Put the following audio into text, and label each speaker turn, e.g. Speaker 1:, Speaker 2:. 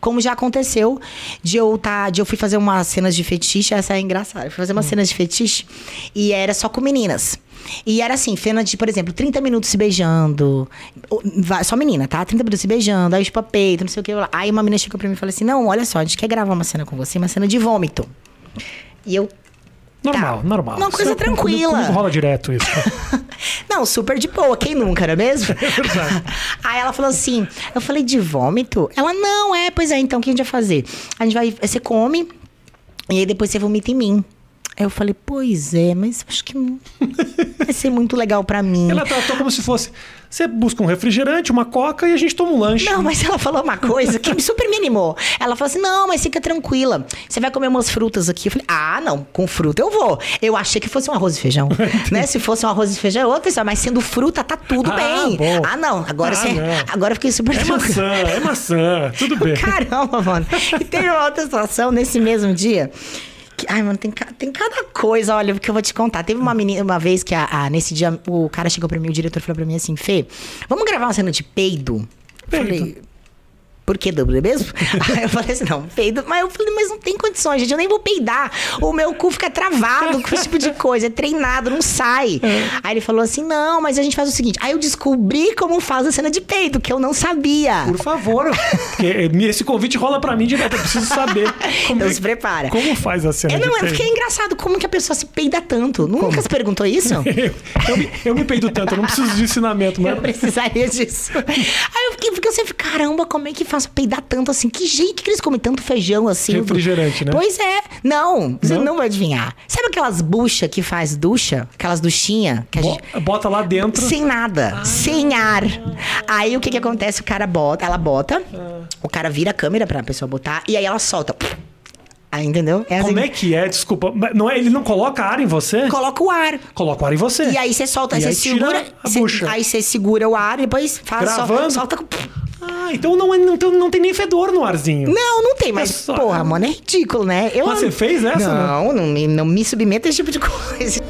Speaker 1: Como já aconteceu de eu tá, de eu fui fazer umas cenas de fetiche, essa é engraçada. Eu fui fazer umas cenas de fetiche e era só com meninas. E era assim, cena de, por exemplo, 30 minutos se beijando. O- vai- Só menina, tá? 30 minutos se beijando, aí chupa peito, não sei o que. lá. Aí uma menina chegou pra mim e falou assim: Não, olha só, a gente quer gravar uma cena com você, uma cena de vômito. E eu,
Speaker 2: Normal,
Speaker 1: Tá.
Speaker 2: normal.
Speaker 1: Uma coisa
Speaker 2: Isso é-
Speaker 1: tranquila.
Speaker 2: comigo rola direto isso.
Speaker 1: Não, super de boa, quem nunca, não é mesmo?
Speaker 2: Verdade.
Speaker 1: Aí ela falou assim: eu falei, de vômito? Ela, não, é, pois é, então o que a gente vai fazer? A gente vai. Você come e aí depois você vomita em mim. Aí eu falei, pois é, mas acho que não vai ser muito legal pra mim.
Speaker 2: Ela tratou como se fosse. Você busca um refrigerante, uma coca e a gente toma um lanche.
Speaker 1: Não, mas ela falou uma coisa que me super me animou. Ela falou assim: não, mas fica tranquila. Você vai comer umas frutas aqui. Eu falei: ah, não, com fruta eu vou. Eu achei que fosse um arroz e feijão. né? Se fosse um arroz e feijão é outra história, mas sendo fruta, tá tudo
Speaker 2: Ah,
Speaker 1: bem.
Speaker 2: bom.
Speaker 1: Ah, não, agora,
Speaker 2: Ah,
Speaker 1: você,
Speaker 2: não.
Speaker 1: agora eu fiquei super
Speaker 2: É
Speaker 1: tranquila.
Speaker 2: maçã, é maçã. Tudo bem.
Speaker 1: Caramba, mano. E teve uma outra situação nesse mesmo dia. que- ai, mano, tem, ca- tem cada coisa, olha, que eu vou te contar. Teve uma menina, uma vez que a, a- nesse dia o cara chegou pra mim, o diretor falou pra mim assim, Fê, vamos gravar uma cena de peido? Eu
Speaker 2: Peido.
Speaker 1: Falei, por que double mesmo? Aí eu falei assim, não, peido. Mas eu falei, mas não tem condições, gente. Eu nem vou peidar. O meu cu fica travado com esse tipo de coisa. É treinado, não sai.
Speaker 2: É.
Speaker 1: Aí ele falou assim, não, mas a gente faz o seguinte. Aí eu descobri como faz a cena de peido, que eu não sabia.
Speaker 2: Por favor. Porque esse convite rola pra mim direto. Eu preciso saber. Como,
Speaker 1: Então
Speaker 2: é-
Speaker 1: se prepara.
Speaker 2: como faz a cena
Speaker 1: É,
Speaker 2: de
Speaker 1: não, é
Speaker 2: peido?
Speaker 1: porque é engraçado como que a pessoa se peida tanto. Nunca se perguntou isso?
Speaker 2: Eu, eu me, eu me peido tanto, eu não preciso de ensinamento, mas.
Speaker 1: Eu precisaria disso. Aí eu fiquei, porque você fica, caramba, como é que faz pra peidar tanto assim? Que jeito que eles comem tanto feijão assim?
Speaker 2: Refrigerante, né?
Speaker 1: Pois é. Não, você
Speaker 2: Não?
Speaker 1: não, vai adivinhar. Sabe aquelas buchas que faz ducha? Aquelas duchinha que a gente...
Speaker 2: bo- Bota lá dentro.
Speaker 1: Sem nada, sem ar. Aí o que que acontece? O cara bota, ela bota,
Speaker 2: Ah.
Speaker 1: o cara vira a câmera pra pessoa botar, e aí ela solta. Aí, entendeu? É
Speaker 2: Como
Speaker 1: assim.
Speaker 2: é que é? Desculpa. mas Não é, ele não coloca ar em você?
Speaker 1: Coloca o ar.
Speaker 2: Coloca o ar em você.
Speaker 1: E aí você solta,
Speaker 2: E
Speaker 1: aí você
Speaker 2: aí tira
Speaker 1: segura.
Speaker 2: a
Speaker 1: cê-
Speaker 2: bucha.
Speaker 1: aí você segura o ar, depois faz
Speaker 2: Gravando?
Speaker 1: sol, solta. com-
Speaker 2: Ah, então não, é- não, tem- não tem nem fedor no arzinho.
Speaker 1: Não, não tem, mas,
Speaker 2: É só-
Speaker 1: porra, mano, é ridículo, né? Eu,
Speaker 2: Mas você fez essa,
Speaker 1: Não, não, me, não me submeta a esse tipo de coisa.